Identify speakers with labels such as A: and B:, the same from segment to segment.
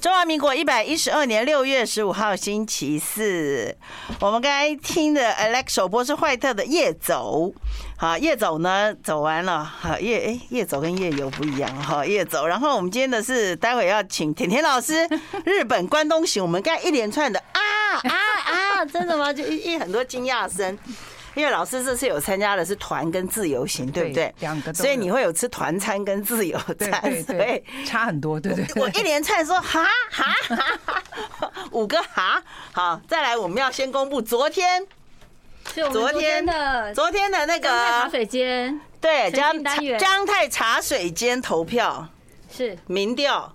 A: 中华民国一百一十二年六月十五号星期四，我们刚才听的 Alex 首播是坏特的《夜走》。好，夜走呢走完了，好夜哎、夜走跟夜游不一样哈，夜走。然后我们今天的是，待会要请甜甜老 师日本关东行，我们刚才一连串的啊啊啊，真的吗？就一一很多惊讶声。因为老师这次有参加的是团跟自由行，对不对
B: 对？两个都
A: 所以
B: 有
A: 你会有吃团餐跟自由
B: 对
A: 餐，
B: 对
A: 所以
B: 对，差很多，对对
A: 我
B: 对。
A: 一连串说哈哈哈哈，五个哈。好，再来，我们要先公布昨天
C: 所以我们昨天的
A: 昨天的那
C: 刚在呃茶
A: 个
C: 水间
A: 对
C: 澄清
A: 江
C: 单元
A: 江太茶水间投票
C: 是
A: 民调。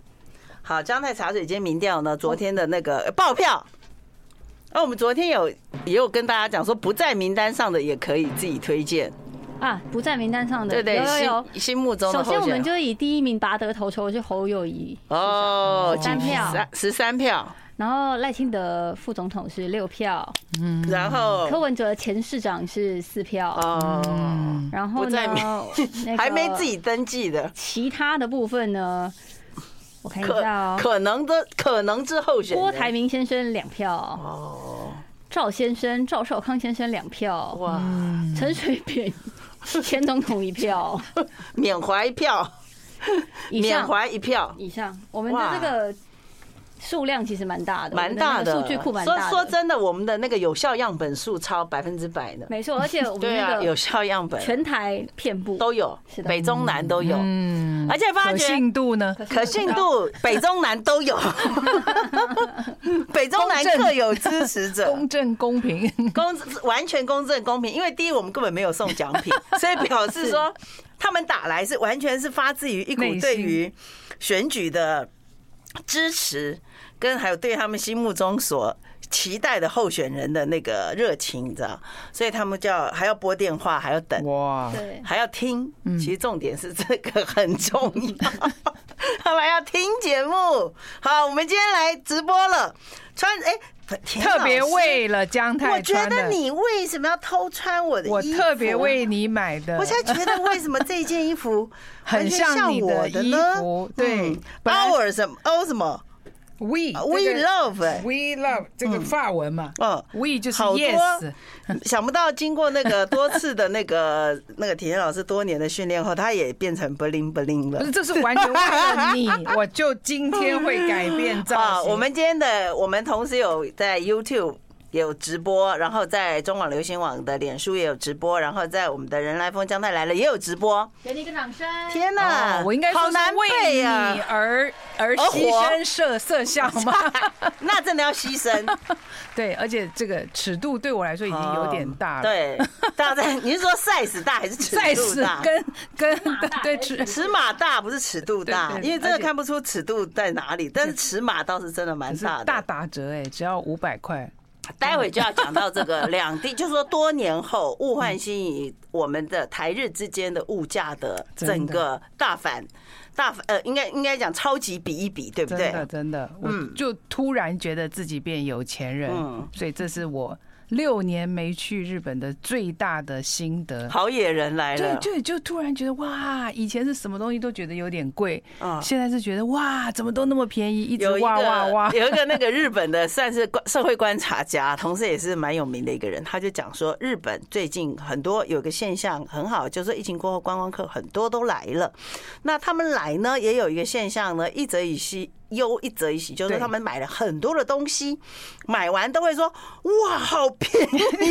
A: 好，江太茶水间民调
C: 哦
A: 呢，昨天的那个呃爆票。那、我们昨天有也有跟大家讲说，不在名单上的也可以自己推荐，
C: 啊，不在名单上的，
A: 对不对
C: 有有有。
A: 心心目中的
C: 首
A: 候选人。
C: 先，我们就以第一名拔得头筹的是侯友谊，
A: 哦，
C: 13票
A: 十三票，
C: 然后赖清德副总统是六票，嗯
A: 然后
C: 柯文哲前市长是四票，
A: 哦，
C: 然后
A: 不在
C: 呢
A: 名，
C: 嗯那个
A: 还没自己登记的，
C: 其他的部分呢，我看一
A: 可
C: 下哦，
A: 可能的可能之候选人哦
C: 郭台铭先生两票，赵先生、赵少康先生两票，
A: 哇，
C: 陈水扁前总统一票，
A: 缅怀一票，
C: 以
A: 缅
C: 上
A: 怀一票，
C: 以上，我们的这个数量其实蛮大的，
A: 蛮大
C: 我们那
A: 的。
C: 个数据库蛮
A: 说
C: 大的。
A: 说真的，我们的那个有效样本数超百分之百的，
C: 没错，而且我们
A: 对啊，
C: 那
A: 有
C: 个
A: 效样本
C: 全台遍布，
A: 都有
C: 是，的
A: 北中南都有，
B: 嗯，
A: 而且发
B: 可
A: 觉
B: 信度呢？
A: 可信 度北中南都有，北中南
B: 公正
A: 各有支持者，
B: 公正公 平，
A: 公完全公正公平，因为第一我们根本没有送奖 品，所以表示说他们打来是完全是发自于一股
B: 内心
A: 对于选举的支持，跟还有对他们心目中所期待的候选人的那个热情，你知道，所以他们就要还要拨电话，还要等，
B: 哇，
C: 对，
A: 还要听，
B: 嗯
A: 其实重点是这个很重要， 他们还要听节目。好，我们今天来直播了，穿哎。田
B: 特别
A: 老师
B: 为了姜
A: 我
B: 太
A: 觉
B: 穿
A: 得
B: 的，
A: 你为什么要偷穿我的衣服？
B: 我特别，为你买的，
A: 我现在觉得为什么这件衣服
B: 很
A: 像
B: 像你
A: 我
B: 的衣
A: 呢？
B: 服对
A: 嗯
B: 本来
A: ，our 什么 o 什么
B: we
A: we
B: 这个
A: love，哎
B: we love 这个法文嘛，
A: 嗯
B: ，we 就是
A: 好多
B: yes，
A: 想不到经过那个多次的那个 那个体验老师多年的训练后，他也变成 bling bling
B: 不
A: 了
B: 是，。这是完全为了你，我就今天会改变造
A: 啊，
B: 型。
A: 我们今天的我们同时有在 YouTube 也有直播，然后在中广流行网的脸书也有直播，然后在我们的人来疯姜太来了也有直播。
C: 给你一个掌声。
A: 天哪，
B: 哦我应该
A: 好
B: 说是
A: 难
B: 为
A: 背
B: 你
A: 啊！
B: 而而
A: 而
B: 牺
A: 活
B: 牲色色相吗？
A: 那真的要牺牲，
B: 对，而且这个尺度对我来说已经 有点大了。。
A: 嗯对，大在你是说 size 大还是尺
B: 赛
A: 度
B: 事
A: 大？
B: 跟跟
C: 马大
B: 对
C: 还是
B: 尺
A: 尺码大不是尺度大，
B: 对对
A: 因为真的
B: 而且
A: 看不出尺度在哪里，但是尺码倒是真的蛮
B: 是
A: 大的。
B: 大打折哎，只要五百块。
A: 待会就要讲到这个两地，就说多年后物换星移，我们的台日之间的物价的
B: 真的
A: 整个大反大反呃，应该应该讲超级比一比，对不
B: 真
A: 对？
B: 的真的，我
A: 嗯
B: 就突然觉得自己变有钱人
A: 嗯，
B: 所以这是我六年没去日本的最大的心得。
A: 好野人来
B: 对
A: 了，
B: 对，就突然觉得哇，以前是什么东西都觉得有点贵，
A: 啊
B: 现在是觉得哇，怎么都那么便宜，一直
A: 有一
B: 哇哇哇
A: 个。 有一个那个日本的算是观社会观察家，同时也是蛮有名的一个人，他就讲说，日本最近很多有个现象很好，就是疫情过后观光客很多都来了，那他们来呢也有一个现象呢，一则以喜。忧一则以喜，就是
B: 对
A: 他们买了很多的东西，买完都会说哇，好便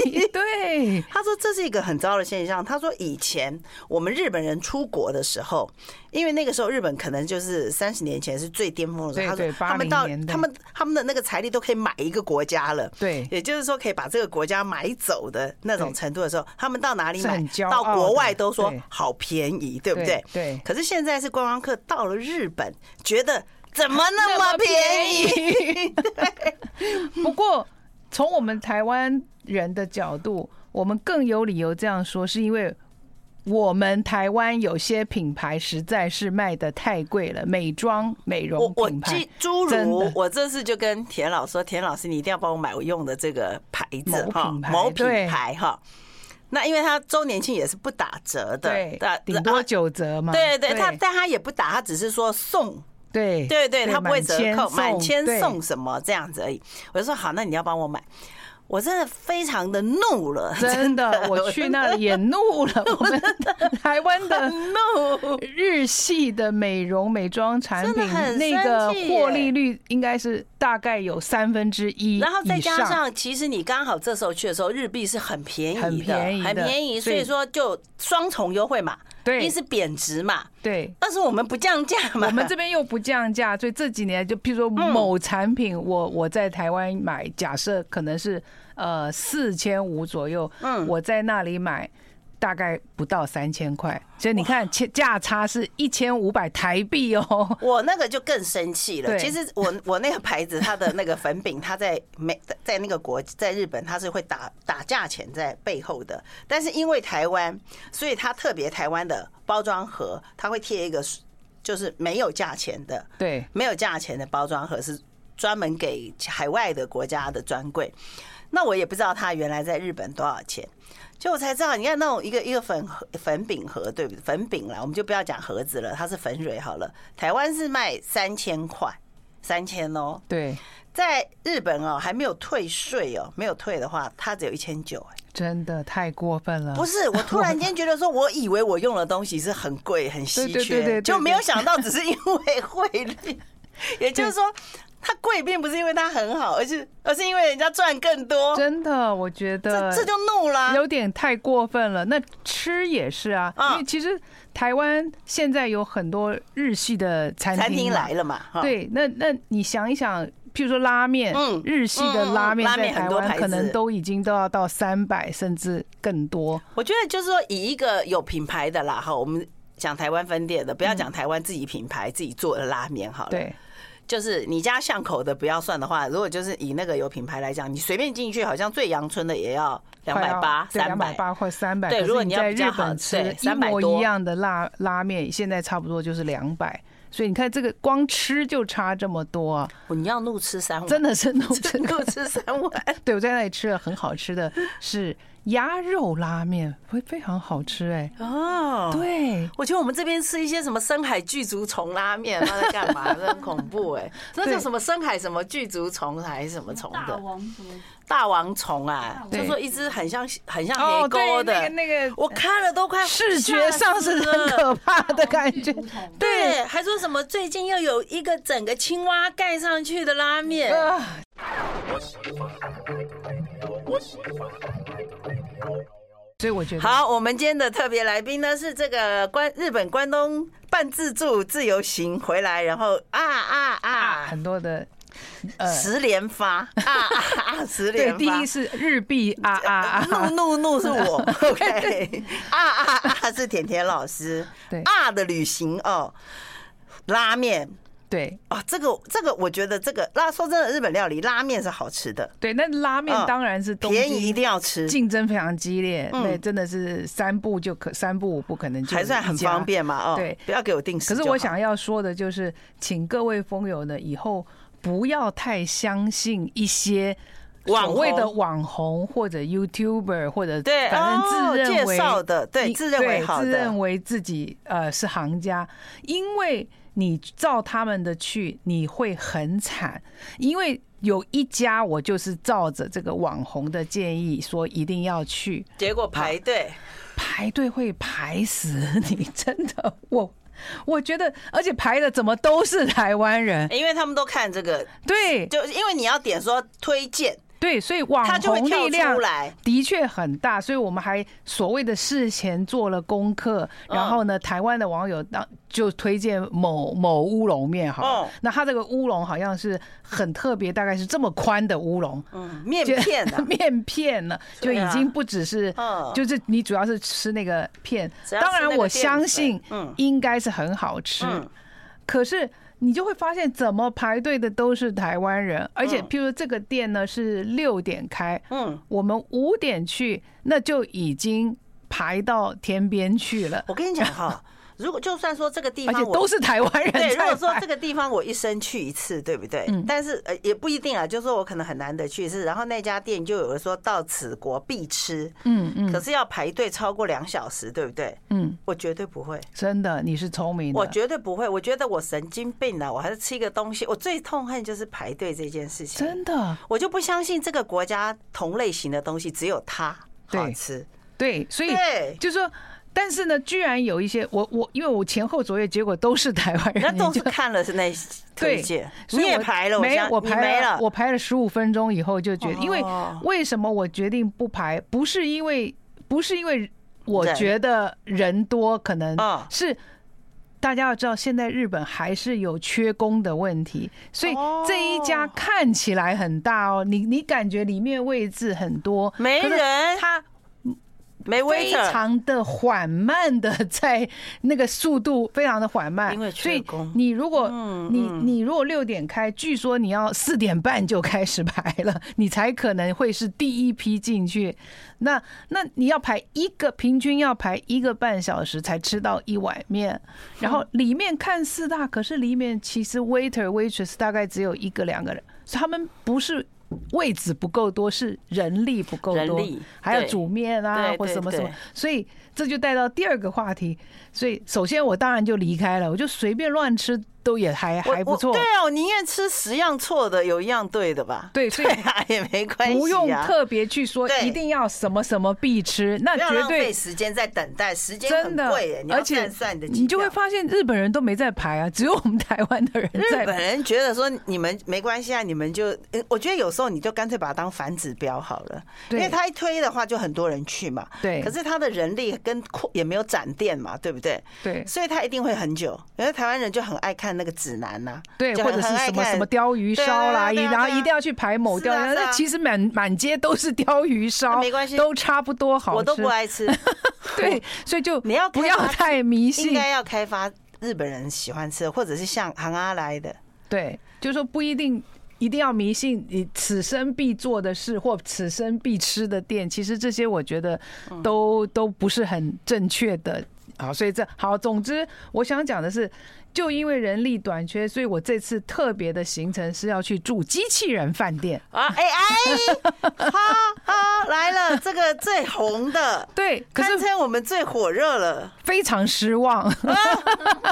A: 宜。
B: 对，
A: 他说这是一个很糟的现象。他说以前我们日本人出国的时候，因为那个时候日本可能就是三十年前是最巅峰的时候，他
B: 对
A: 说
B: 对
A: 他们
B: 80
A: 到
B: 年代
A: 他们他们的那个财力都可以买一个国家了。
B: 对
A: 也就是说，可以把这个国家买走的那种
B: 对
A: 程度的时候，他们到哪里
B: 是
A: 买
B: 很骄，
A: 到
B: 傲
A: 国
B: 的
A: 外都说
B: 对
A: 好便宜，对不对
B: 对？对
A: 可是现在是观光客到了日本，觉得怎么那 么便宜？
B: 宜。不过，从我们台湾人的角度，我们更有理由这样说，是因为。我们台湾有些品牌实在是卖的太贵了，美妆、美
A: 我
B: 容
A: 我
B: 品牌
A: 记诸
B: 真
A: 如
B: 的
A: 我这次就跟田老师说，田老师你一定要帮我买我用的这个牌子
B: 某
A: 哈
B: 品，牌
A: 某品
B: 对
A: 牌哈。那因为它周年庆也是不打折的
B: 对，
A: 但
B: 顶多
A: 啊
B: 九折嘛。
A: 对对，他但他也不打，他只是说送
B: 对
A: 对对，他不会折扣，满
B: 满
A: 千
B: 对
A: 送什么这样子而已。我就说好，那你要帮我买。我真的非常的怒了，
B: 真的，我去那里也 怒了。我们台湾的
A: 怒，
B: 日系的美容美妆产品
A: 真的很，
B: 那
A: 生
B: 个
A: 气耶
B: 获利率应该是大概有三分之一以
A: 然后再加
B: 上，
A: 上，其实你刚好这时候去的时候，日币是很便宜的，
B: 很便宜的
A: 很便宜，所
B: 所以
A: 以说就双重优惠嘛，
B: 对
A: 一是贬值嘛，
B: 对。
A: 但是我们不降价嘛，
B: 我们这边又不降价，所以这几年就譬如说
A: 嗯
B: 某产品，我我在台湾买，假设可能是呃四千五左右，
A: 嗯
B: 我在那里买大概不到三千块，所以你看价价差是一千五百台币 哦，
A: 我那个就更生气了。
B: 对
A: 其实我我那个牌子，它的那个粉饼，它在美在那个国在日本，它是会打打价钱在背后的。但是因为台湾，所以它特别台湾的包装盒，它会贴一个就是没有价钱的，
B: 对，
A: 没有价钱的包装盒是专门给海外的国家的专柜。那我也不知道它原来在日本多少钱，就我才知道，你看那种一个一个粉盒粉饼盒，对不对？粉饼啦，我们就不要讲盒子了，它是粉蕊好了。台湾是卖三千块，三千哦，
B: 对，
A: 在日本哦还没有退税哦，没有退的话，它只有一千九。
B: 真的太过分了。
A: 不是，我突然间觉得说，我以为我用的东西是很贵、很稀
B: 对对对对
A: 缺，
B: 对
A: 就没有想到只是因为汇率， 也就是说。它贵并不是因为它很好，而是而是因为人家赚更多，
B: 真的，我觉
A: 这
B: 得
A: 这就啊怒啦。
B: 有点太过分了。那吃也是啊，
A: 啊
B: 因为其实台湾现在有很多日系的餐
A: 餐
B: 厅
A: 厅
B: 嘛
A: 来了嘛，哈，
B: 啊对，那那你想一想，譬如说拉面，
A: 啊嗯
B: 日系的
A: 嗯嗯
B: 拉面
A: 拉
B: 在
A: 面很
B: 台
A: 多
B: 湾
A: 牌
B: 可能
A: 子
B: 都已经都要到三百甚至更多。
A: 我觉得就是说以一个有品牌的啦，哈，我们讲台湾分店的，不要讲台湾自己品牌自己做的拉面好了。
B: 嗯对，
A: 就是你家巷口的不要算的话，如果就是以那个有品牌来讲，你随便进去，好像最阳春的也要两百八、
B: 两
A: 三
B: 百
A: 百。
B: 八或三百。
A: 对
B: 可
A: 如
B: 是
A: 果
B: 你
A: 你要
B: 在
A: 比较
B: 日
A: 好
B: 本吃
A: 对
B: 一
A: 300
B: 模
A: 多
B: 一样的拉拉面，现在差不多就是两百。所以你看，这个光吃就差这么多啊，
A: 你要怒吃三碗，
B: 真的 是弄这
A: 怒吃三 碗。
B: 对，我在那里吃了很好吃的是鸭肉拉面，会非常好吃哎、
A: 哦，，
B: 对，
A: 我觉得我们这边吃一些什么深海巨足虫拉面，那在干 嘛？那很恐怖哎、那叫
B: 对
A: 什么深海什么巨足虫还是什么虫
C: 大
A: 的
C: 王什么
A: 大王虫啊？
B: 对
A: 就说一只很像很像
B: 哦，
A: 黑
B: 对，
A: 沟
B: 那
A: 的
B: 个，那个
A: 我看了都快
B: 视觉上是很
A: 吓死了。
B: 可怕的感觉，
A: 对，还说什么最近又有一个整个青蛙盖上去的拉面，
B: 啊，所以我觉 得
A: 好，我们今天的特别来宾呢是这个关日本关东半自助自由行回来，然后啊啊啊，
B: 很多的呃，
A: 十连发啊啊 啊，十
B: 对，
A: 连
B: 第一
A: 发。
B: 是日币啊啊啊，
A: 怒怒怒是 我，OK，啊啊啊是甜甜老师，
B: 对
A: 啊的旅行哦，拉面
B: 对
A: 哦，这个这个我觉得这个那说真的，日本料理拉面是好吃的，
B: 对，那拉面
A: 嗯
B: 当然是东
A: 便宜一
B: 京
A: 定要吃，
B: 竞争非常激烈，
A: 嗯
B: 对，真的是三步就可三步五步可能就
A: 还算很
B: 一家
A: 方。便嘛，哦，
B: 对
A: 不要给我定时
B: 可
A: 就好。
B: 是我想要说的就是，请各位风友呢，以后不要太相信一些所谓的
A: 网红
B: 网红或者 YouTuber 或者
A: 对，
B: 反正自认
A: 哦、介
B: 为
A: 绍的，对，
B: 你
A: 自认为好
B: 自认
A: 的，
B: 为自己呃是行家，因为你照他们的去，你会很惨，因为。有一家我就是照着这个网红的建议说一定要去，
A: 结果排队，
B: 排队会排死 你，真的，我我觉得，而且排的怎么都是台湾人，
A: 因为他们都看这个，
B: 对
A: 就是因为你要点说推荐，
B: 对，所以网
A: 他就会
B: 红
A: 跳
B: 力量
A: 出来。
B: 的确很大，所以我们还所谓的事前做了功课，
A: 嗯
B: 然后呢，台湾的网友当就推荐某某乌龙面好了
A: 哦
B: 那它这个乌龙好像是很特别，大概是这么宽的乌龙。
A: 嗯，面
B: 就
A: 片啊
B: 面片了，就
A: 对啊
B: 已经不只是
A: 嗯，
B: 就是你主要是吃那个片，
A: 只要吃
B: 当然我相
A: 那
B: 信
A: 个淀粉嗯
B: 应该是很好吃，
A: 嗯
B: 可是你就会发现怎么排队的都是台湾人，而且譬如这个店呢是六点开，
A: 嗯，
B: 我们五点去，那就已经排到天边去了。
A: 我跟你讲哈， 如果就算说这个地
B: 而
A: 方
B: 且
A: 我
B: 都是台湾人在
A: 对，
B: 买。
A: 如果说这个地方我一生去一次，对不对？
B: 嗯
A: 但是呃也不一定啊，就是说我可能很难得去一次。然后那家店就有人说到此国必吃，
B: 嗯
A: 可
B: 嗯
A: 是要排队超过两小时，对不对？
B: 嗯，
A: 我绝对不会，
B: 真的你是聪明的，
A: 我绝对不会。我觉得我神经病啊了，我还是吃一个东西。我最痛恨就是排队这件事情，
B: 真的
A: 我就不相信这个国家同类型的东西只有它好
B: 对
A: 吃。
B: 对，所以
A: 对，
B: 就说，但是呢，居然有一些我我因为我前后左右结果都是台湾人，
A: 那都
B: 你
A: 是
B: 就
A: 看了是那推
B: 对
A: 荐，
B: 所
A: 你
B: 以
A: 也
B: 我
A: 排了，
B: 没有
A: 相，
B: 我
A: 你
B: 排
A: 没了，
B: 我排了十五分钟以后就觉得，因为
A: 哦
B: 为什么我决定不排，不是因为不是因为我
A: 人
B: 觉得人多，可能
A: 嗯
B: 是。大家要知道，现在日本还是有缺工的问题，所以这一家
A: 哦
B: 看起来很大哦，你你感觉里面位置很多，
A: 没
B: 可是
A: 人
B: 它
A: 没 waiter
B: 非常的缓慢的 在那个速度非常的缓慢，
A: 因为缺
B: 所以
A: 工
B: 你如果
A: 嗯
B: 你
A: 嗯
B: 你如果六点开，据说你要四点半就开始排了，你才可能会是第一批进去。那那你要排一个平均要排一个半小时才吃到一碗面，然后里面看似大，可是里面其实 waiter waitress 大概只有一个两个人，所以他们不是。位置不够多，是人力不够
A: 人
B: 多
A: 力，
B: 还有
A: 对
B: 煮面啊
A: 对，
B: 或
A: 对
B: 什么什么
A: 对，
B: 所以这就带到第二个话题。所以首先我当然就离开了，我就随便乱吃都也还
A: 我
B: 还不错
A: 我对，啊，我宁愿吃十样错的，有一样对的吧？
B: 对所以
A: 啊，也没关系、啊，
B: 不用特别去说
A: 对
B: 一定要什么什么必吃，那
A: 不要
B: 绝
A: 浪费
B: 对
A: 时间在等待，时间
B: 真
A: 很
B: 的
A: 贵耶，你，要
B: 而且
A: 算算你的机票
B: 你就会发现日本人都没在排啊，只有我们台湾的人
A: 日
B: 在
A: 本
B: 排。
A: 人觉得说你们没关系啊，你们就，呃我觉得有时候你就干脆把它当反指标好了，因
B: 对
A: 为他一推的话就很多人去嘛，
B: 对
A: 可是他的人力跟扩也没有展店嘛，对不对？
B: 对
A: 所以他一定会很久。因为台湾人就很爱看那个指南呐、
B: 对，
A: 就
B: 或
A: 很
B: 者是
A: 很爱
B: 什么
A: 看
B: 什么鲷鱼烧
A: 对啊对
B: 啦，
A: 啊对啊
B: 然后一定要去排某
A: 是
B: 鲷
A: 啊
B: 鱼烧，
A: 是啊
B: 那其实满满街都是鲷鱼烧，
A: 那没关系
B: 都差不多好吃。
A: 我都不爱吃。
B: 对，所以就
A: 你要
B: 不
A: 开
B: 要
A: 发
B: 太迷
A: 应
B: 信，
A: 该要开发日本人喜欢吃的，或者是像行阿来的。
B: 对，就是说不一定一定要迷信你此生必做的事或此生必吃的店，其实这些我觉得都、都不是很正确的。好，所以这好，总之我想讲的是，就因为人力短缺，所以我这次特别的行程是要去住机器人饭店。
A: 啊，哎哎，哈哈，来了，这个最红的，
B: 对，可
A: 堪
B: 是
A: 称我们最火热 了。
B: 非常失望。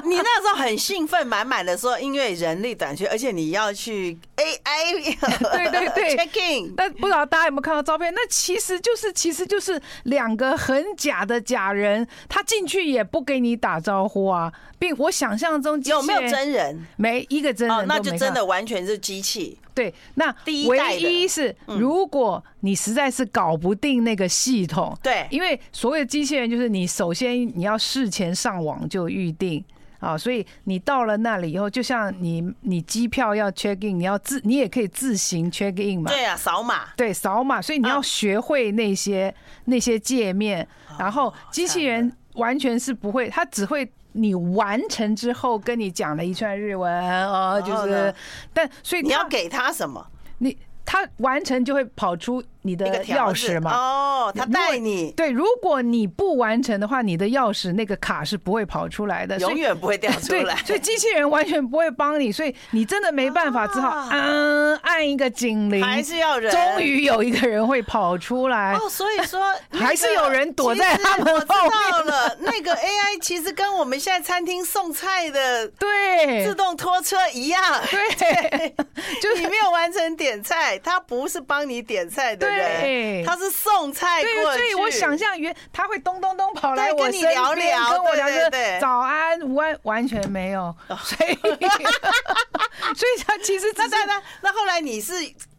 A: 你那时候很兴奋满满的说，因为人力短缺，而且你要去 AI，
B: 对 对 对
A: ，check in，
B: 但不知道大家有没有看到照片？那其实就是，其实就是两个很假的假人，他进去也不给你打招呼啊，并我想象中机器
A: 有没有
B: 人
A: 真人？
B: 没一个真人
A: 哦
B: 都，
A: 那
B: 没
A: 就
B: 看
A: 真的完全是机器。
B: 对。那
A: 第一代
B: 唯
A: 的嗯
B: 一是，如果你实在是搞不定那个系统，
A: 对
B: 因为所谓的机器人就是你首先你要事前上网就预定。啊，所以你到了那里以后，就像你你机票要 check in，你要自你也可以自行 check in 嘛。
A: 对啊，扫码。
B: 对，扫码，所以你要
A: 啊
B: 学会那些、那些界面，然后机器人完全是不会，它只会。你完成之后跟你讲了一串日文，哦，就
A: 后
B: 是
A: 呢，
B: 但所以
A: 你
B: 它
A: 要给他什么？
B: 你它完成就会跑出你的
A: 一个条
B: 钥
A: 子
B: 匙嘛。
A: 哦，他
B: 如果
A: 带你，
B: 对，如果你不完成的话，你的钥匙那个卡是不会跑出来的，所
A: 永
B: 以
A: 远不会掉出
B: 对
A: 来，。
B: 所以机器人完全不会帮你，所以你真的没办法，只好
A: 啊
B: 嗯按一个警 铃，
A: 还是要人。
B: 终于有一个人会跑出来。
A: 哦，所以说那个
B: 还是有人躲在他们
A: 其实我知道
B: 后
A: 了，那个 AI 其实跟我们现在餐厅送菜的
B: 对
A: 自动拖车一样，
B: 对， 就是
A: 你没有完成点菜，他不是帮你点菜的人，
B: 对
A: 他是送菜
B: 对，
A: 过去。
B: 所以我想象原他会咚咚咚跑来
A: 对
B: 我
A: 跟你
B: 身边，
A: 聊聊
B: 跟我
A: 对
B: 聊
A: 对
B: 天
A: 对哦
B: 早安、午安，完全没有， 所以所以他其实只
A: 那
B: 是
A: 那那那后来你是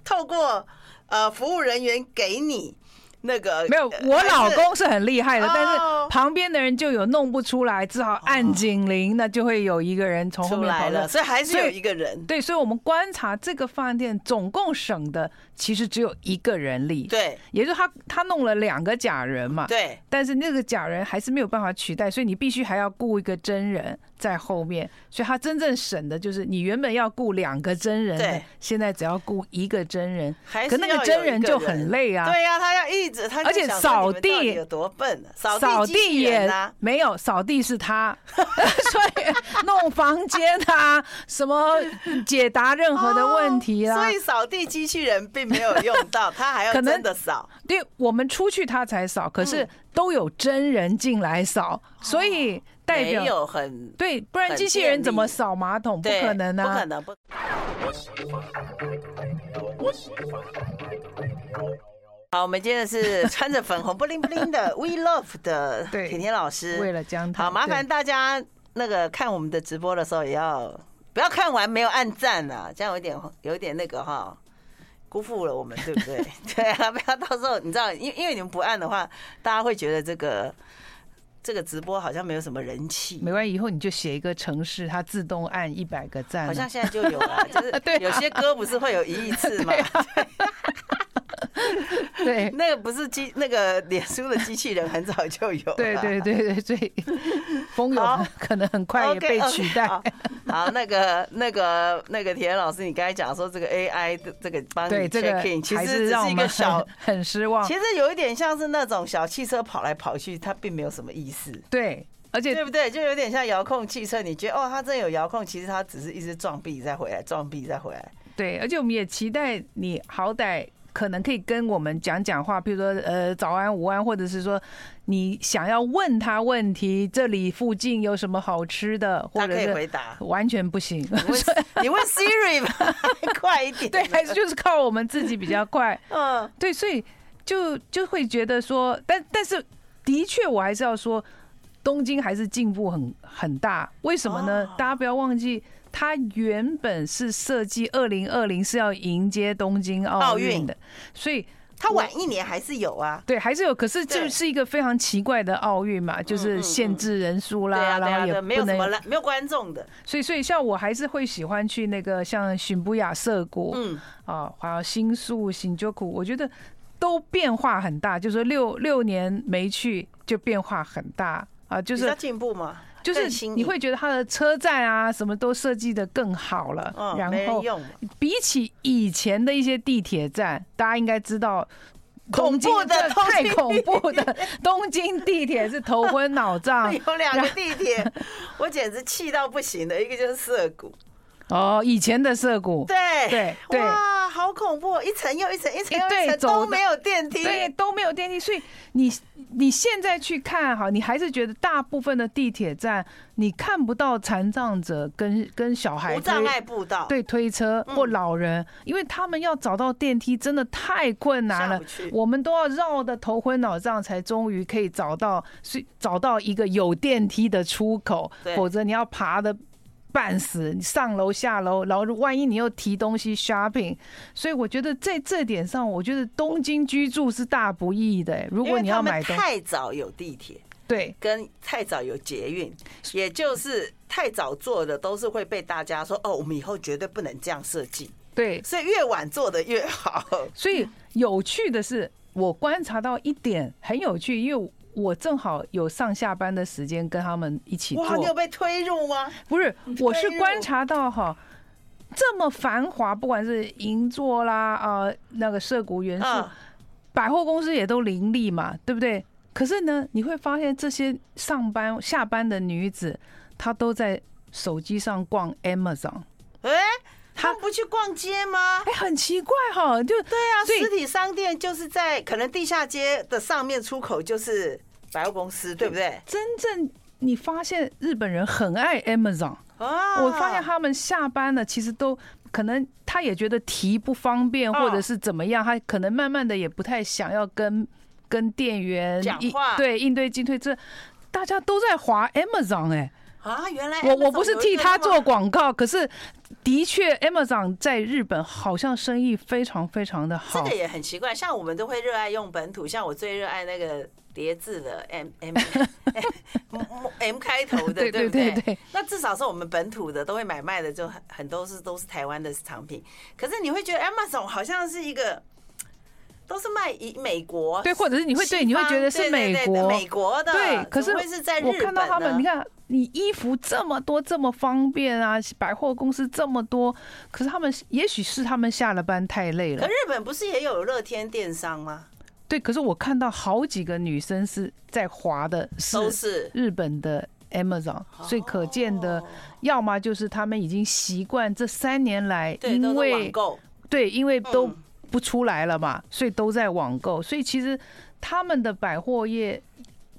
A: 透过呃服务人员给你那个
B: 没有
A: 呃，
B: 我老
A: 还是
B: 公是很厉害的，但是
A: 哦
B: 旁边的人就有弄不出来，只好按警铃，那就会有一个人从后
A: 出
B: 面跑
A: 来了，所以还是有
B: 所以
A: 一个人。
B: 对，所以我们观察这个饭店总共省的其实只有一个人力，，
A: 对
B: 也就是他他弄了两个假人嘛，
A: 对，
B: 但是那个假人还是没有办法取代，所以你必须还要雇一个真人。在后面，所以他真正省的就是你原本要雇两个真人的
A: 对，
B: 现在只要雇一个真人，
A: 还
B: 可
A: 是
B: 那个
A: 要
B: 真
A: 有一
B: 人
A: 个
B: 就
A: 人
B: 很累啊。
A: 对呀、他要一直，他就
B: 而且
A: 想说
B: 扫
A: 你们到底
B: 地
A: 有多笨啊，扫
B: 扫
A: 地
B: 地
A: 机器
B: 也
A: 人啊，
B: 没有，扫地 是他，所以弄房间啊，什么解答任何的问题啦、
A: 哦所以扫地机器人并没有用到，他还要
B: 可能
A: 真的扫。
B: 对，我们出去他才扫，可
A: 嗯
B: 是都有真人进来扫，所以代
A: 哦没
B: 表
A: 有很
B: 对，不然
A: 很
B: 机器
A: 便
B: 人怎么
A: 利
B: 扫马桶？不
A: 对
B: 可能
A: 不可
B: 啊！
A: 能不。好，我们今天是穿着粉红布灵布灵 的 We Love 的
B: 对
A: 甜甜老师，
B: 为了姜糖，
A: 好，麻烦
B: 对
A: 大家那个看我们的直播的时候，也要不要看完没有按赞啊，这样有点有点那个哈，辜负了我们，对不 对？对啊，不要到时候你知道，因因为你们不按的话，大家会觉得这个这个直播好像没有什么人气
B: 没。关系，以后你就写一个城市，它自动按一百个赞啊，
A: 好像现在就有了，就是
B: 对啊啊
A: 有些歌不是会有一亿次 嘛？
B: 对
A: 那个不是机那个脸书的机器人很早就有了。
B: 对对对对，所以风
A: 好
B: 友 可能很快也
A: OK，
B: 被
A: OK，
B: 取代。
A: 好好，那个、那个、那个田老师，你刚才讲说这个 AI 的这个帮你
B: 对，这
A: check
B: 个
A: in，其嗯
B: 还
A: 实只
B: 让
A: 是
B: 我
A: 一
B: 们哦
A: 个小
B: 很，很失望
A: 其。实有一点像是那种小汽车跑来跑去，它并没有什么意思，
B: 对，而且
A: 对不对？就有点像遥控汽车，你觉得哦，它真有遥控，其实它只是一直撞壁再回来，撞壁再回来。
B: 对，而且我们也期待你好歹可能可以跟我们讲讲话，譬如说呃早安、午安，或者是说你想要问他问题，这里附近有什么好吃的，
A: 它
B: 或者
A: 可以
B: 是
A: 回答，
B: 完全不行。
A: 你问你问 Siri 吧，快一点。
B: 对，还是就是靠我们自己比较 快。
A: 嗯，
B: 对，所以就就会觉得说，但但是的确，我还是要说，东京还是进步很很大。为什么呢？
A: 哦
B: 大家不要忘记，它原本是设计二零二零是要迎接东京奥
A: 奥
B: 运
A: 运
B: 的，所以
A: 它晚一年还是有啊。
B: 对还是有。可是就
A: 对
B: 是一个非常奇怪的奥运嘛，就
A: 嗯
B: 是
A: 嗯
B: 限制人数
A: 对
B: 啦，
A: 啊，对
B: 然
A: 啊，
B: 后
A: 对
B: 也
A: 啊，没有
B: 不
A: 什么
B: 能。
A: 啦没有观众的，
B: 所以所以像我还是会喜欢去那个像寻不雅涩谷，
A: 嗯，
B: 啊，还有新宿、新旧谷，我觉得都变化很大。就是说六六年没去，就变化很大啊，就
A: 比较
B: 是
A: 进步嘛，
B: 就
A: 更
B: 是
A: 新
B: 你
A: 颖
B: 会觉得它的车站啊，什么都设计的更好了。
A: 嗯，没
B: 然
A: 人
B: 后
A: 用嘛。
B: 比起以前的一些地铁站，大家应该知道。
A: 恐怖的
B: 东京
A: 东
B: 太
A: 京
B: 恐怖的 东京地铁是头昏脑胀
A: 有两个地铁，我简直气到不行的，一个就是涩谷，
B: 哦，以前的涩谷
A: 对
B: 对对哎
A: 哇，好恐怖，一层又一层，一层又
B: 对
A: 一层
B: 走
A: 都
B: 的
A: 没有电梯，
B: 对，都没有电梯，所以你你现在去看哈，你还是觉得大部分的地铁站你看不到残障者跟跟小孩
A: 无
B: 推
A: 障碍嗯步道，
B: 对推车或老人，因为他们要找到电梯真的太困难
A: 下
B: 了
A: 不，去，
B: 我们都要绕得头昏脑胀，才终于可以找到是找到一个有电梯的出口，
A: 对
B: 否则你要爬的半死，你上楼下楼，然后万一你又提东西 shopping，所以我觉得在这点上，我觉得东京居住是大不易的、欸如
A: 因
B: 果
A: 为
B: 你
A: 他
B: 要
A: 们
B: 买东西，
A: 太早有地铁，
B: 对
A: 跟太早有捷运，也就是太早做的都是会被大家说哦，我们以后绝对不能这样设计，
B: 对，
A: 所以越晚做的越好。
B: 所以有趣的是，我观察到一点很有趣，因为我正好有上下班的时间跟他们一起做。
A: 哇，你有被推入吗？
B: 不是，我是
A: 对
B: 观察到哈，这么繁华，不管是银座啦，呃，那个涉谷元素，
A: 嗯，
B: 百货公司也都林立嘛，对不对？可是呢，你会发现这些上班下班的女子，她都在手机上逛 Amazon，
A: 哎，他们不去逛街吗？
B: 哎，很奇怪哈，就
A: 对啊，
B: 所以
A: 实体商店就是在可能地下街的上面出口就是百货公司，对不对？
B: 真正你发现日本人很爱 Amazon。
A: 啊，
B: 我发现他们下班了，其实都可能他也觉得提不方便，
A: 啊
B: 或者是怎么样，他可能慢慢的也不太想要跟跟店员
A: 讲
B: 应
A: 话
B: 对应对进退这。大家都在划 Amazon 哎、
A: 啊，原来
B: 我我不
A: Amazon
B: 是
A: 有
B: 替
A: 一个
B: 他
A: 这么
B: 做广告，可是的确 Amazon 在日本好像生意非常非常的
A: 这
B: 好
A: 个，也很奇怪，像我们都会热爱用本土，像我最热爱那个叠字的 M M M M 开头的，
B: 对
A: 对不
B: 对对对
A: 那至少是我们本土的都会买卖的，就很很多是都是台湾的产品。可是你会觉得 Amazon 好像是一个都是卖以美国
B: 对，或者是你会对，你会觉得是
A: 美
B: 美国，
A: 美国的，
B: 对，可是
A: 怎么会是在日
B: 我
A: 本
B: 看到他
A: 呢
B: 们，你看你衣服这么多，这么方便啊，百货公司这么多，可是他们也许是他们下了班太累
A: 可
B: 了
A: 日，本不是也有乐天电商吗？
B: 对。可是我看到好几个女生是在滑的
A: 都
B: 是
A: 是
B: 日本的 Amazon，所以可见的
A: 哦，
B: 要么就是他们已经习惯这三年来，
A: 对，都
B: 因
A: 是网
B: 为
A: 购，
B: 对，因为都
A: 嗯
B: 不出来了嘛，所以都在网购。所以其实他们的百货业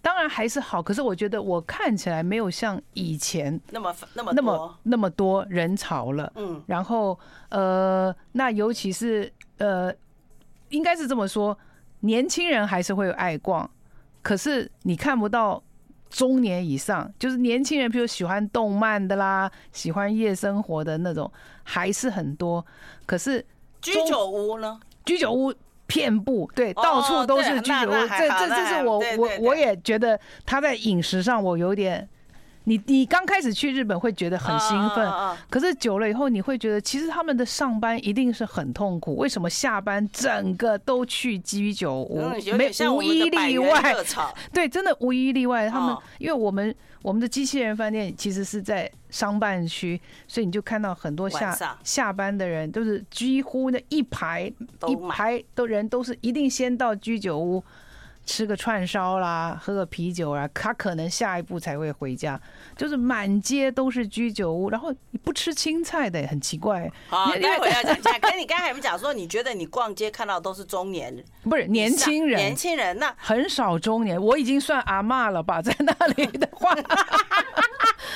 B: 当然还是好，可是我觉得我看起来没有像以前
A: 那么那么
B: 那
A: 多
B: 么那么多人潮了。
A: 嗯，
B: 然后呃，那尤其是呃，应该是这么说，年轻人还是会爱逛，可是你看不到。中年以上，就是年轻人，譬如喜欢动漫的啦，喜欢夜生活的那种，还是很多。可是
A: 居
B: 中
A: 酒屋呢？
B: 居酒屋遍布，对，
A: 哦
B: 到处都
A: 对
B: 是居酒屋。
A: 那那还
B: 这
A: 好
B: 这
A: 那
B: 这
A: 还
B: 是
A: 好
B: 我
A: 对对
B: 我
A: 对
B: 我也觉得他在饮食上我有点，你你刚开始去日本会觉得很兴奋。
A: 啊啊啊
B: 可是久了以后，你会觉得其实他们的上班一定是很痛苦。为什么下班整个都去居酒屋
A: 嗯，有，
B: 没
A: 点像
B: 无
A: 我们
B: 一
A: 的百
B: 例
A: 元
B: 外
A: 热？炒，
B: 对，真的无一例外。他们、
A: 哦
B: 因为我们我们的机器人饭店其实是在商办区，所以你就看到很多
A: 晚上
B: 下下班的人都是几乎那一排
A: 都
B: 一
A: 买
B: 排都人都是一定先到居酒屋吃个串烧啦，喝个啤酒啊，他可能下一步才会回家，就是满街都是居酒屋，然后你不吃青菜的很奇怪，
A: 好，
B: 因为
A: 待会要讲一下。可是你刚才们讲说，你觉得你逛街看到都是中年人
B: 不是 年轻人
A: 年。轻人那
B: 很少中年，我已经算阿嬷了吧，在那里的 话，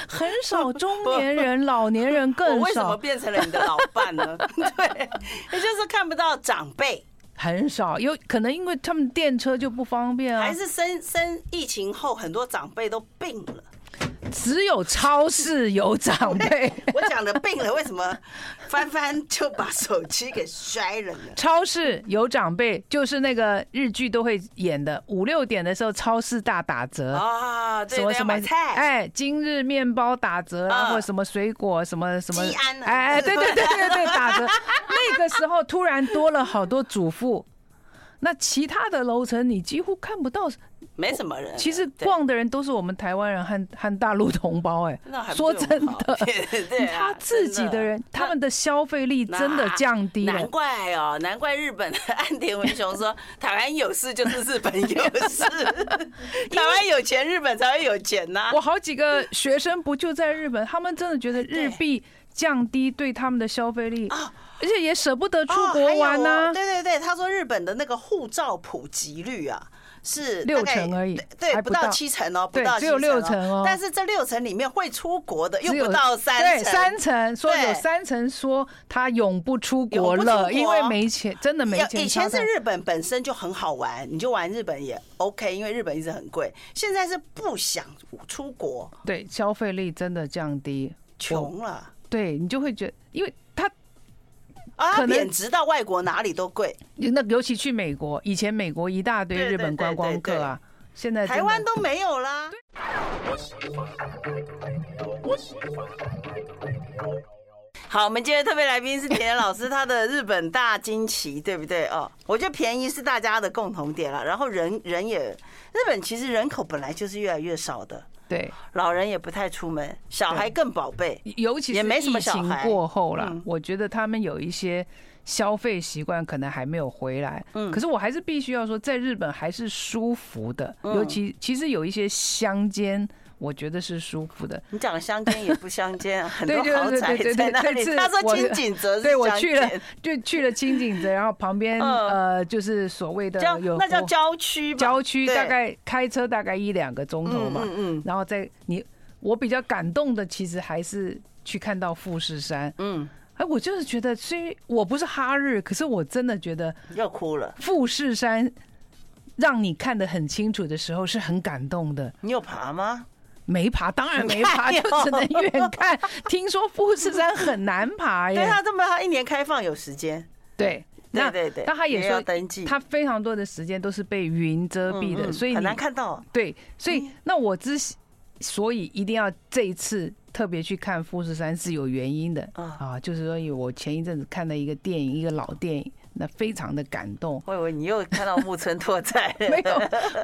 B: 很少中年人，老年人
A: 我
B: 更
A: 为什么
B: 少，
A: 变成了你的老伴 呢？对，也就是看不到长辈，
B: 很少，有可能因为他们电车就不方便啊
A: 还，是生生疫情后很多长辈都病了。
B: 只有超市有长辈。
A: 我讲的病了，为什么翻翻就把手机给摔了呢？
B: 超市有长辈，就是那个日剧都会演的，五六点的时候超市大打折，
A: 啊，对
B: 什么
A: 对，
B: 什
A: 要
B: 么
A: 买菜，
B: 哎，今日面包打折啦，
A: 嗯
B: 或者什么水果什么什么
A: 鸡安，啊
B: 哎哎，对对对对对，打折。那个时候突然多了好多主妇，那其他的楼层你几乎看不到。
A: 没什么人。
B: 其实
A: 嗯对
B: 逛的人都是我们台湾人和和大陆同胞，哎
A: 那还，不
B: 说
A: 是我
B: 真
A: 好。
B: 的
A: 对啊
B: 他自己
A: 真
B: 的人，他们的消费力真的降低了
A: 难。怪哦，难怪日本的岸田文雄说台湾有事就是日本有 事， 台湾有钱日本才会有钱呐、
B: 我好几个学生不就在日本，他们真的觉得日币降低对他们的消费力，而且也舍不得出
A: 哦还
B: 国
A: 有
B: 玩啊
A: 哦
B: 呐。
A: 对对对，他说日本的那个护照普及率啊。是
B: 六
A: 大概
B: 成而已
A: 对，
B: 还
A: 不
B: 不
A: 到
B: 到
A: 七成哦，不
B: 对
A: 到
B: 只有
A: 七
B: 六成哦
A: 但是这六成里面会出国的又
B: 只有
A: 不到三
B: 对
A: 成，
B: 三层说
A: 对
B: 有三层说他永不出国
A: 永不出
B: 了，
A: 国
B: 因为没钱，真的没
A: 要
B: 钱。
A: 以前是日本本身就很好玩，你就玩日本也 OK，因为日本一直很贵。现在是不想出国，
B: 对消费力真的降低，
A: 穷了
B: 对你就会觉得，因为他
A: 啊，
B: 可能
A: 贬值到外国哪里都贵，
B: 那尤其去美国，以前美国一大堆
A: 对对
B: 日本观光客啊，现在真的
A: 台湾都没有啦。好，我们今天特别来宾是田田老师，他的日本大惊奇，对不对？哦，我觉得便宜是大家的共同点了。然后人人也，日本其实人口本来就是越来越少的，
B: 对，
A: 老人也不太出门，小孩
B: 对
A: 更宝贝。
B: 尤其是
A: 也没什么
B: 疫
A: 小
B: 情
A: 孩
B: 过后啦
A: 嗯，
B: 我觉得他们有一些消费习惯可能还没有回来。
A: 嗯
B: 可是我还是必须要说，在日本还是舒服的，
A: 嗯
B: 尤其其实有一些乡间，我觉得是舒服的。
A: 你讲乡间也不乡 间啊，很多
B: 对对
A: 豪
B: 对
A: 宅
B: 对对
A: 在
B: 对，
A: 那
B: 这
A: 里。
B: 次
A: 他说
B: 我
A: 清景泽是
B: 对我
A: 乡
B: 去了
A: 间，
B: 就去了清景泽，然后旁边
A: 嗯
B: 呃就是所谓的
A: 叫
B: 有
A: 那叫
B: 活
A: 郊区吧，
B: 郊区，
A: 对
B: 大概开车大概一两个钟头嘛，
A: 嗯嗯
B: 然后再你我比较感动的，其实还是去看到富士山。
A: 嗯，
B: 哎，我就是觉得，虽然我不是哈日，可是我真的觉得
A: 嗯又哭了。
B: 富士山让你看得很清楚的时候是很感动的。
A: 你有爬吗？
B: 没爬，当然没爬，
A: 哎呦
B: 就只能远看。听说富士山很难爬
A: 对
B: 耶。
A: 他这么他一年开放有时间，
B: 对哎那
A: 对对对
B: 但他也
A: 也要
B: 说
A: 登记
B: 他非常多的时间都是被云遮蔽的，
A: 嗯
B: 所以
A: 很
B: 你
A: 难看到。
B: 对，所以那我之所以一定要这一次特别去看富士山是有原因的
A: 啊
B: 啊，就是说因为我前一阵子看了一个电影，一个老电影，那非常的感动。
A: 我以为你又看到木村拓哉，
B: 没有，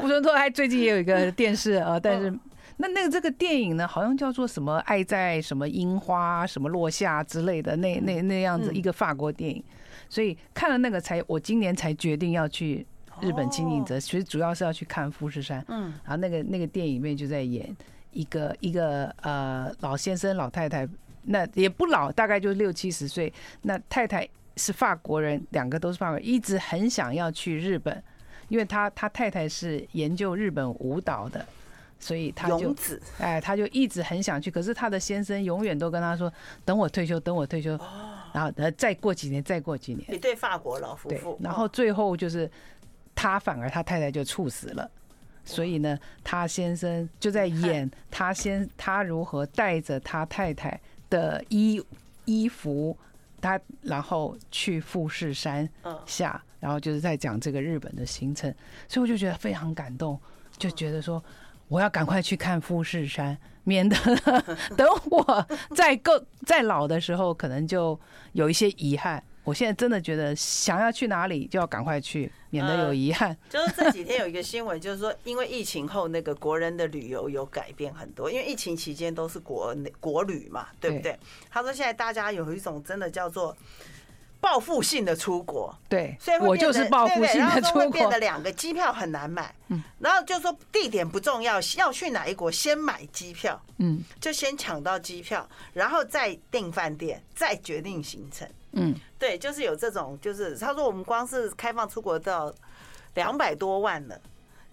B: 吴尊拓还最近也有一个电视呃，但是那那个这个电影呢，好像叫做什么《爱在什么樱花什么落下》之类的，那那那样子一个法国电影，所以看了那个才，我今年才决定要去日本清景泽，其实主要是要去看富士山，
A: 嗯，
B: 然后那个那个电影里面就在演一个一个呃老先生老太太，那也不老，大概就六七十岁，那太太是法国人，两个都是法国人，一直很想要去日本。因为他他太太是研究日本舞蹈的，所以他就
A: 勇子
B: 哎，他就一直很想去。可是他的先生永远都跟他说：“等我退休，等我退休。”然后呃，再过几年，再过几年，
A: 一对法国老夫
B: 对
A: 妇，。
B: 然后
A: 哦
B: 最后就是他反而他太太就猝死了。所以呢，他先生就在演 他先他如何带着他太太的衣衣服，他然后去富士山
A: 嗯
B: 下，然后就是在讲这个日本的行程，所以我就觉得非常感动，就觉得说我要赶快去看富士山，免得 等我再够再老的时候，可能就有一些遗憾。我现在真的觉得想要去哪里就要赶快去，免得
A: 呃
B: 有遗憾。
A: 就是这几天有一个新闻，就是说因为疫情后那个国人的旅游有改变很多，因为疫情期间都是国内国旅嘛，对不对？他说现在大家有一种真的叫做报复性的出国，
B: 对
A: 所以，会
B: 我
A: 变
B: 就
A: 得
B: 是报复
A: 对对
B: 性
A: 然后
B: 的
A: 说
B: 出
A: 会变
B: 国嗯
A: 得。两个机票很难买，然后就说地点不重要，要去哪一国先买机票，
B: 嗯
A: 就先抢到机票，然后再订饭店，再决定行程。
B: 嗯，
A: 对，就是有这种，就是他说我们光是开放出国到两百多万了，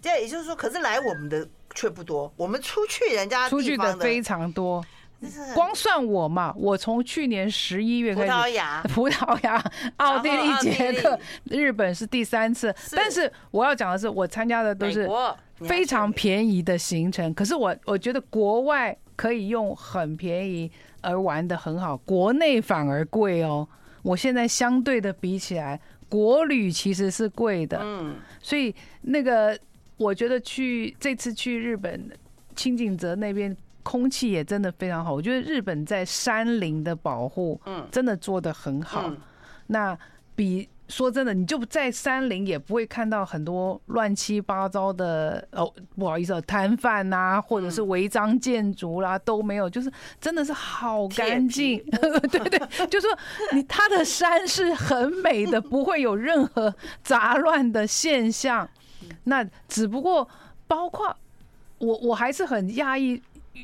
A: 这也就是说，可是来我们的却不多，我们出去人家
B: 出
A: 地
B: 去
A: 方
B: 的
A: 的
B: 非常多。
A: 就是很
B: 光算我嘛，我从去年十一月
A: 葡
B: 开始，
A: 萄牙，
B: 葡萄牙、奥地利
A: 然后、奥地利
B: 捷克、日本是第三次，
A: 是
B: 但是我要讲的是，我参加的都
A: 美
B: 是
A: 国你还
B: 非
A: 去
B: 常
A: 美
B: 便宜的行程。可是我我觉得国外可以用很便宜而玩的很好，国内反而贵哦。我现在相对的比起来，国旅其实是贵的，
A: 嗯，
B: 所以那个我觉得去这次去日本清景泽那边。空气也真的非常好，我觉得日本在山林的保护，
A: 嗯
B: 真的做得很好。
A: 嗯
B: 那比说真的，你就在山林也不会看到很多乱七八糟的哦，不好意思、哦，摊贩呐，或者是违章建筑啦、都没有，就是真的是好干净。 对对，就说你它的山是很美的，不会有任何杂乱的现象。那只不过包括我，我还是很讶异，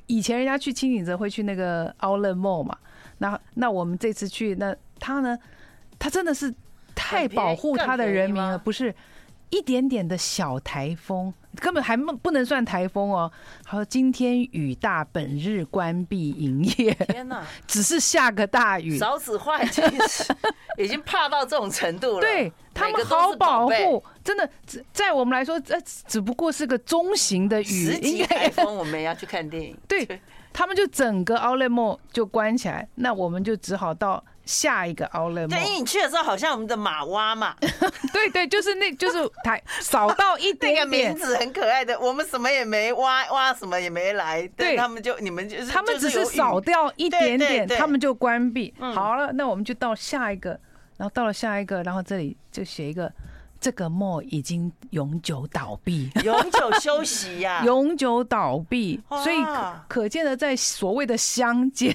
B: 以前人家去清景泽会去那个 Outlet Mall 嘛，那那我们这次去，那他呢，他真的是太保护他的人
A: 更
B: 民
A: 便宜
B: 了，
A: 吗
B: 不是一点点的小台风，根本还不不能算台风哦。他说今天雨大，本日关闭营业，
A: 天哪，
B: 只是下个大雨，
A: 少子化已经 是已经怕到这种程度了，
B: 对他
A: 每个
B: 们
A: 都是
B: 好保
A: 宝贝
B: 护，真的，只在我们来说，这只不过是个中型的雨，
A: 十级
B: 应
A: 台
B: 该
A: 风我们也要去看电影，
B: 对他们就整个 Outlet Mall 就关起来，那我们就只好到下一个 Outlet
A: 对，因
B: Mall。
A: 为你去的时候好像我们的马蛙嘛，
B: 对对，就是那，就是台少到一
A: 那个
B: 点
A: 名
B: 点，
A: 字很可爱的，我们什么也没挖，挖什么也没来，但
B: 对
A: 他们就你们就是
B: 他们
A: 就
B: 只
A: 是有雨
B: 少掉一
A: 对
B: 点
A: 对
B: 点，
A: 对
B: 他们就关闭。
A: 嗯
B: 好了，那我们就到下一个，然后到了下一个，然后这里就写一个，这个 mall 已经永久倒闭。
A: 永久休息 呀、
B: 永久倒闭，
A: 啊哇
B: 所以可可见的，在所谓的乡间，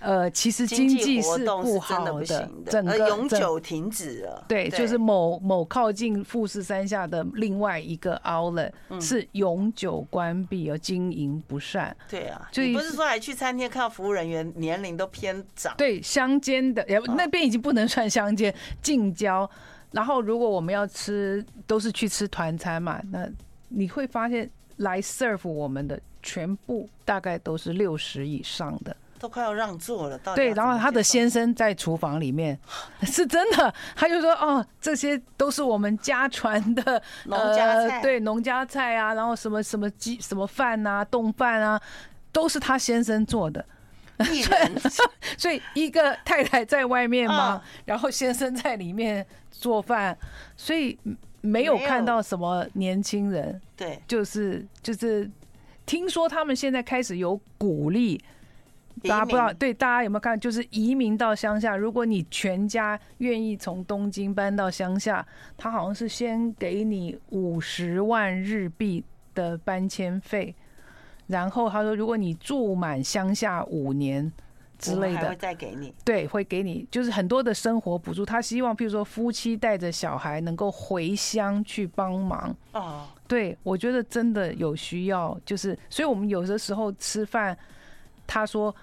B: 呃，其实经济
A: 活
B: 是
A: 动是真
B: 好
A: 的不行
B: 整
A: 而
B: 个
A: 永
B: 整
A: 久停止了。
B: 对，就是某某靠近富士山下的另外一个 outlet、是
A: 嗯
B: 永久关闭，而经营不善。
A: 对啊，
B: 就
A: 你
B: 一
A: 不是说还去餐厅看到服务人员年龄都偏长？
B: 对，乡间的，也
A: 啊
B: 那边已经不能算乡间，近郊。然后如果我们要吃，都是去吃团餐嘛，那你会发现来 serve 我们的全部大概都是六十以上的。
A: 都快要让座哦了。到底
B: 对，
A: 要怎
B: 然
A: 么
B: 后他的
A: 接受
B: 先生在厨房里面 是真的，他就说哦，这些都是我们家传的
A: 农家菜
B: 呃对农家菜啊，然后什么什么鸡什么饭啊，冻饭啊，都是他先生做的。
A: 艺人
B: 所以一个太太在外面嘛，
A: 嗯
B: 然后先生在里面做饭，所以嗯没有
A: 没有
B: 看到什么年轻人，
A: 对
B: 就是就是，听说他们现在开始有鼓励大家不知道
A: 移民
B: 对大家有没有看，就是移民到乡下，如果你全家愿意从东京搬到乡下，他好像是先给你五十万日币的搬迁费，然后他说如果你住满乡下五年之
A: 我们
B: 类
A: 哦还会
B: 的，
A: 再给你。
B: 对，会给你就是很多的生活补助。他希望譬如说夫妻带着小孩能够回乡去帮忙，
A: 哦，
B: 对，我觉得真的有需要，就是，所以我们有的时候吃饭，他说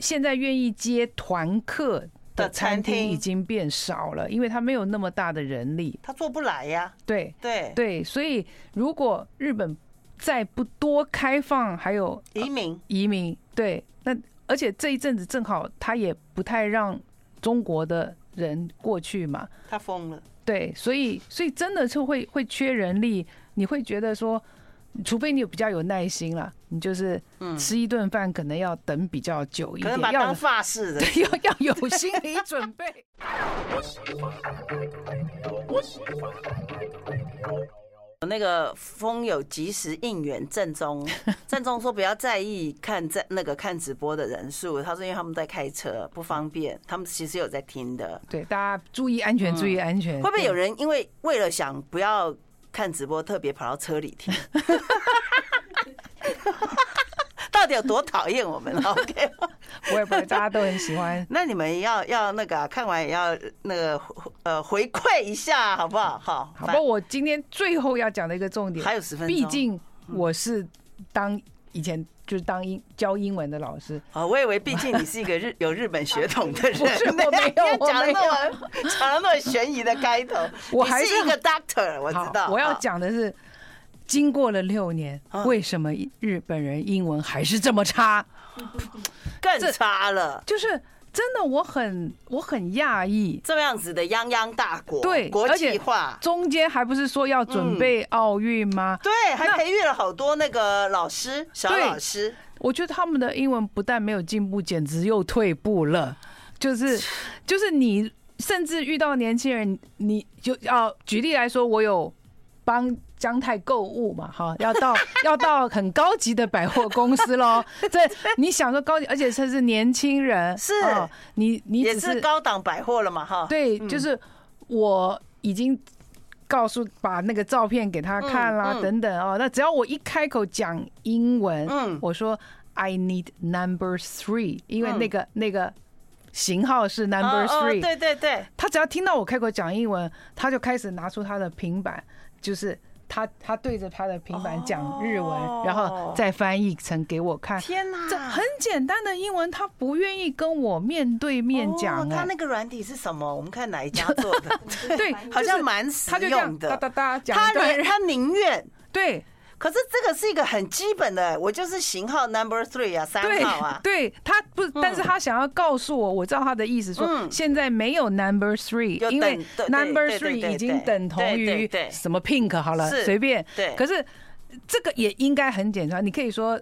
B: 现在愿意接团客的
A: 的餐
B: 餐厅已
A: 厅
B: 经变少了，因为他没有那么大的人力。
A: 他做不来呀。
B: 对
A: 对，
B: 对，所以如果日本再不多开放，还有
A: 移民
B: 移民，对，那而且这一阵子正好他也不太让中国的人过去嘛，
A: 他疯了。
B: 对，所以所以真的是会会缺人力，你会觉得说，除非你有比较有耐心啦，你就是
A: 嗯，
B: 吃一顿饭可能要等比较久一
A: 可能
B: 点，
A: 把他
B: 要
A: 当法式的。
B: 对要要有心理准备。
A: 那个风有及时应援正 宗，正宗说不要在意看在那个看直播的人数，他说因为他们在开车不方便，他们其实有在听的。
B: 对，大家注意安全，注意安全。
A: 嗯会不会有人因为为了想不要看直播，特别跑到车里听？ 到底有多讨厌我们啊？OK，。
B: 不会不会，大家都很喜欢
A: 那你们要要那个啊、看完也要那个呃回馈一下，好不好？好，
B: 好，不过我今天最后要讲的一个重点
A: 还，有十分钟。嗯
B: 毕竟我是当以前就是当英教英文的老师，
A: 哦，我以为毕竟你是一个日有日本血统的人，
B: 不是 我没有我
A: 讲了
B: 没
A: 那么讲了那么悬疑的开头，
B: 我
A: 你
B: 还
A: 是
B: 是
A: 一个 doctor，我知道。啊
B: 好我要
A: 好，
B: 讲的是，经过了六年，
A: 啊
B: 为什么日本人英文还是这么差？
A: 更
B: 这
A: 差了。
B: 就是真的，我很我很讶异。
A: 这样子的泱泱大国，
B: 对
A: 国
B: 而且
A: 际化，
B: 中间还不是说要
A: 嗯
B: 准备奥运吗？
A: 对，还
B: 那
A: 培育了好多那个老师，小
B: 对
A: 老师，
B: 我觉得他们的英文不但没有进步，简直又退步了。 就是就是你甚至遇到年轻人，你就要举例来说，我有帮。姜太购物嘛，哈，要 到要到很高级的百货公司喽。这你想说高级，而且这是年轻人，
A: 是
B: 哦你你
A: 也
B: 只
A: 是高嗯档百货了嘛，哈。
B: 对，就是我已经告诉把那个照片给他看啦，
A: 嗯嗯
B: 等等哦。那只要我一开口讲英文，
A: 嗯
B: 我说 I need number three，因为
A: 嗯
B: 那个、那个型号是 number
A: 哦哦
B: three，、
A: 对对对，
B: 他只要听到我开口讲英文，他就开始拿出他的平板，就是。他他对着他的平板讲日文，
A: 哦
B: 然后再翻译成给我看，
A: 天哪，
B: 这很简单的英文，他不愿意跟我面对面讲、
A: 哦
B: 哎
A: 他那个软体是什么？我们看哪一家做的，
B: 对，
A: 好
B: 就是
A: 像蛮实
B: 他就这样
A: 用
B: 哒哒
A: 的。
B: 哒讲
A: 他
B: 一段
A: 连他宁愿
B: 对
A: 可是这个是一个很基本的，我就是型号 number three 啊，三
B: 对
A: 号啊，
B: 对，他不，但是他想要告诉我，我知道他的意思，说
A: 嗯
B: 现在没有 number three，
A: 有
B: 因为
A: 等对对
B: number
A: 对对
B: three
A: 对
B: 已经等同
A: 对对
B: 于
A: 对
B: 什么 pink 好了，
A: 是
B: 随便。
A: 对
B: 可是这个也应该很简单，你可以说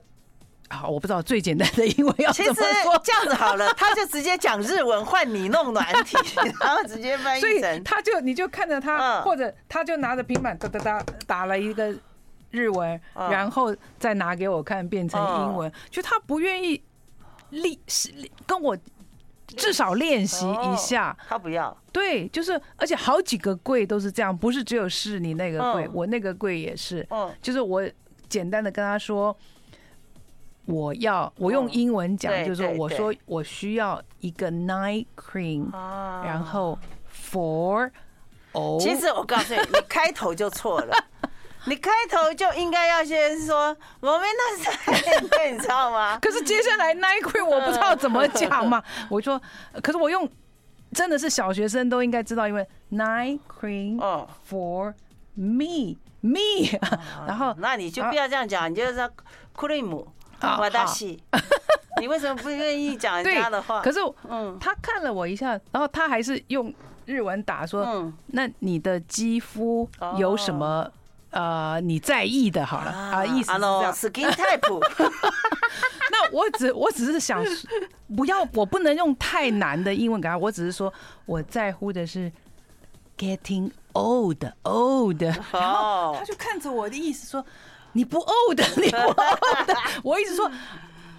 B: 啊，我不知道最简单的英文要
A: 其
B: 怎
A: 实
B: 么说。
A: 这样子好了，他就直接讲日文，换你弄软 体，然后直接翻译
B: 所以
A: 成
B: 他就你就看着他，
A: 嗯
B: 或者他就拿着平板哒哒哒打了一个日文，
A: 嗯
B: 然后再拿给我看变成英文，就他不愿意历是跟我至少练习
A: 哦
B: 一下。
A: 他不要，
B: 对，就是而且好几个柜都是这样，不是只有是你那个柜，
A: 嗯
B: 我那个柜也是，
A: 嗯
B: 就是我简单的跟他说。我要我用
A: 嗯
B: 英文讲，
A: 对
B: 就是说
A: 对
B: 我
A: 对
B: 说我需要一个 night cream，
A: 啊
B: 然后 for o，
A: 其实我告诉你，你开头就错 了。你开头就应该要先说我们那是，对，你知道吗？
B: 可是接下来 night cream 我不知道怎么 讲嘛，我说，可是我用真的是小学生都应该知道，因为 night cream
A: 嗯，
B: for me me，然 后
A: 哦那你就不要这样讲，你就是说库里姆，
B: 啊
A: 瓦达西，你为什么不愿意讲人
B: 对
A: 家的话？，
B: 可是
A: 嗯
B: 他看了我一下，然后他还是用日文打说，
A: 嗯，
B: 那你的肌肤
A: 哦
B: 有什么？呃，你在意的好了啊，意思是这
A: 喽
B: 样。
A: ，skin type，
B: 那我只我只是想不要，我不能用太难的英文给他，我只是说我在乎的是 getting old old。然后他
A: 哦，
B: 就看着我的意思说：“你不 old，你不 old。”我一直说。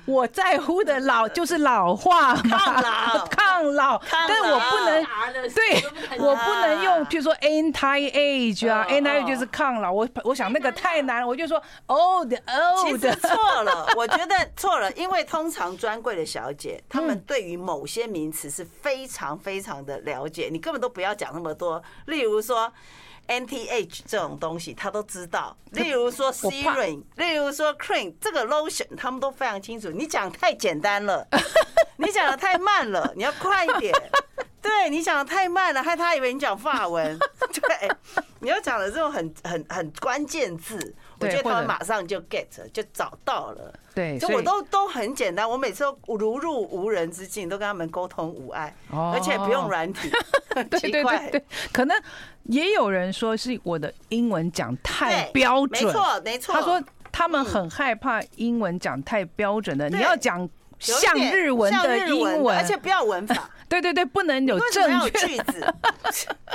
B: 我在乎的老就是老化嘛，
A: 抗老
B: 抗老，
A: 抗
B: 但我不能
D: 拿的
B: 对我不能用，
A: 啊
B: 譬如说 anti age
A: 哦
B: 啊，anti age 就是抗老。我我想那个太难了，我就说 old
A: 其
B: old
A: 实错了， 我觉得错了，因为通常专柜的小姐，她们对于某些名词是非常非常的了解，你根本都不要讲那么多。例如说 NTH 这种东西，她都知道；例如说
B: 我怕
A: serum，例如说 cream，这个 lotion 他们都非常清楚。你讲太简单 了，你讲的太慢了，你要快一点。对你讲的太慢了，害他以为你讲法文。 对，你要讲的这种很很很关键字，我
B: 对
A: 觉得
B: 或
A: 他们
B: 者
A: 马上就 get 就找到了。
B: 对，
A: 就
B: 哎所以
A: 我都都很简单，我每次都如入无人之境，都跟他们沟通无碍，
B: 哦
A: 而且不用软体，很
B: 对
A: 奇
B: 对对
A: 怪。
B: 对，可能也有人说是我的英文讲太
A: 对
B: 标
A: 没
B: 准，
A: 错没错。
B: 他说他们很害怕英文讲太标准的，
A: 对
B: 你要讲
A: 有一
B: 像
A: 点
B: 日文
A: 像
B: 的
A: 日
B: 英
A: 文的而且不要文法，
B: 对对对，不能 有
A: 为什么
B: 正
A: 要有
B: 确
A: 句子？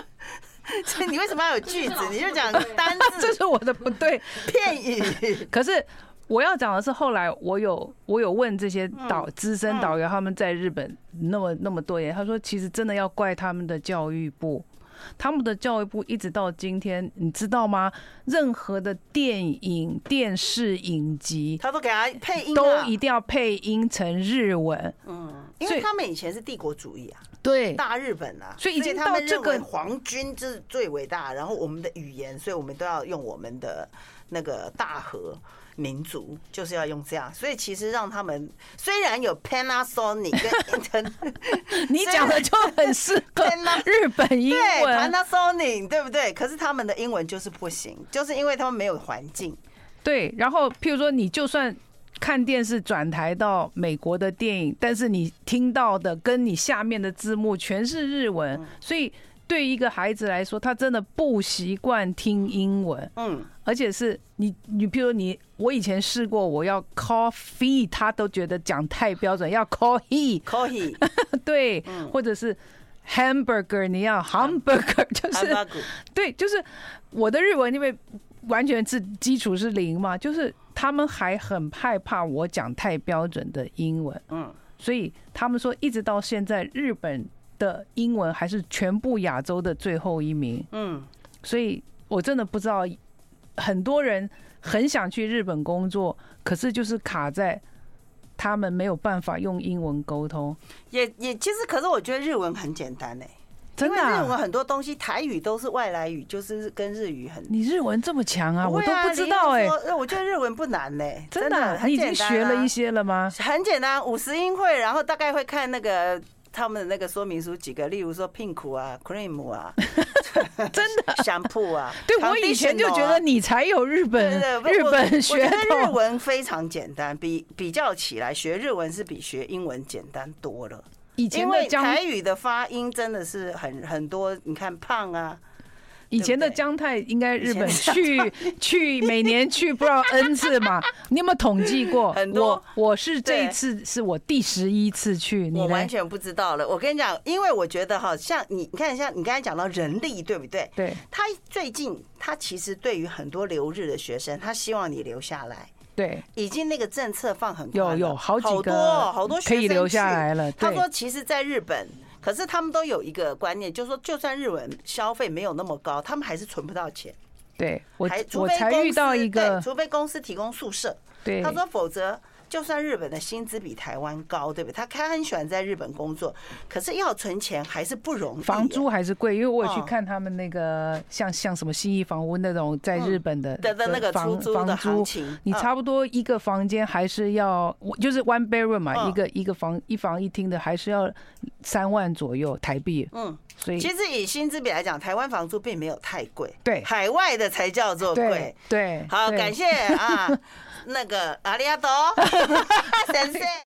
A: 所以你为什么要有句子？你就讲单
B: 这
A: 字
B: 是我的不对。
A: 片语。
B: 可是我要讲的是，后来我有我有问这些
A: 嗯
B: 导资深导游，他们在日本那么那么多年，他说其实真的要怪他们的教育部。他们的教育部一直到今天，你知道吗？任何的电影、电视影集
A: 他都给他配音、啊，
B: 都一定要配音成日文。
A: 嗯，因
B: 所以
A: 为他们以前是帝国主义啊，
B: 对
A: 大日本啊，
B: 所以已经
A: 他们
B: 到这
A: 认
B: 个
A: 为皇军就是最伟大，然后我们的语言，所以我们都要用我们的那个大和民族，就是要用这样。所以其实让他们虽然有 Panasonic 跟
B: 你讲的就很适合
A: 天哪
B: 日本 英
A: 对
B: 文。
A: Panasonic 对不对？可是他们的英文就是不行，就是因为他们没有环境。
B: 对，然后譬如说，你就算看电视转台到美国的电影，但是你听到的跟你下面的字幕全是日文，所以对一个孩子来说，他真的不习惯听英文，
A: 嗯，
B: 而且是你，你譬如你，我以前试过，我要 coffee，他都觉得讲太标准，要 coffee，
A: 可以，
B: 对，或者是 hamburger，你要 hamburger，就是
A: 阿巴古
B: 对，就是我的日文因为完全是基础是零嘛，就是他们还很害怕我讲太标准的英文，
A: 嗯，
B: 所以他们说一直到现在日本的英文还是全部亚洲的最后一名，
A: 嗯，
B: 所以我真的不知道很多人很想去日本工作，可是就是卡在。他们没有办法用英文沟通，
A: 也也其实，可是我觉得日文很简单哎、
B: 真的、
A: 因为日文
B: 啊？
A: 很多东西，台语都是外来语，就是跟日语很
B: 你日文这么强啊，我
A: 会
B: 都
A: 啊
B: 不知道哎、
A: 你要说呃我觉得日文不难呢、
B: 真的
A: 的
B: 啊，
A: 很
B: 你已
A: 简
B: 经
A: 单
B: 学了
A: 啊
B: 一些了吗？
A: 很简单，五十音会，然后大概会看那个他们的那个说明书几个，例如说 pink 啊、cream 啊、
B: 真的。。
A: 香铺啊
B: 对我以前就觉得
A: conditioner 啊。
B: 你才有日本
A: 对对，
B: 日
A: 我
B: 本
A: 我觉
B: 血
A: 得日
B: 统，
A: 文非常简单，比比较起来，学日文是比学英文简单多了。
B: 以
A: 因
B: 前的
A: 为
B: 江
A: 台语的发音真的是很很多，你看胖啊，
B: 以前的
A: 对不对
B: 江太应该日本
A: 以前
B: 去 去每年去不知道 n 次嘛，你有没有统计过？
A: 很
B: 我
A: 多
B: 我是这一
A: 对
B: 次是我第十一次去，你
A: 我
B: 呢
A: 完？全不知道了。我跟你讲，因为我觉得哈，像你，你看，像你刚才讲到人力，对不对？
B: 对
A: 他最近，他其实对于很多留日的学生，他希望你留下来。
B: 对，
A: 已经那个政策放很宽
B: 有
A: 了
B: 有好
A: 好
B: 几个
A: 多哦好多学
B: 可以
A: 生
B: 留
A: 去
B: 下来了
A: 他
B: 对
A: 说，其实在日本，可是他们都有一个观念，就是说，就算日文消费没有那么高，他们还是存不到钱。
B: 对我
A: 还除
B: 我
A: 非
B: 才
A: 公
B: 遇
A: 司
B: 到一
A: 对
B: 个，
A: 除非公司提供宿舍。
B: 对，
A: 他说，否则就算日本的薪资比台湾高，对不对？他他很喜欢在日本工作，可是要存钱还是不容易耶。
B: 房租还是贵，因为我有去
A: 嗯
B: 看他们那个像像什么新意房屋那种在日本的
A: 的嗯的那个
B: 房
A: 出租
B: 房
A: 的
B: 租
A: 行情，
B: 你
A: 嗯
B: 差不多一个房间还是要，我就是 one bedroom 嘛，
A: 嗯
B: 一个一个房一房一厅的还是要三万左右台币，
A: 嗯，
B: 所以
A: 其实以薪资比来讲，台湾房租并没有太贵，
B: 对
A: 海外的才叫做
B: 对
A: 贵。
B: 对，
A: 好，
B: 对
A: 感谢啊，那个阿里亚多先生。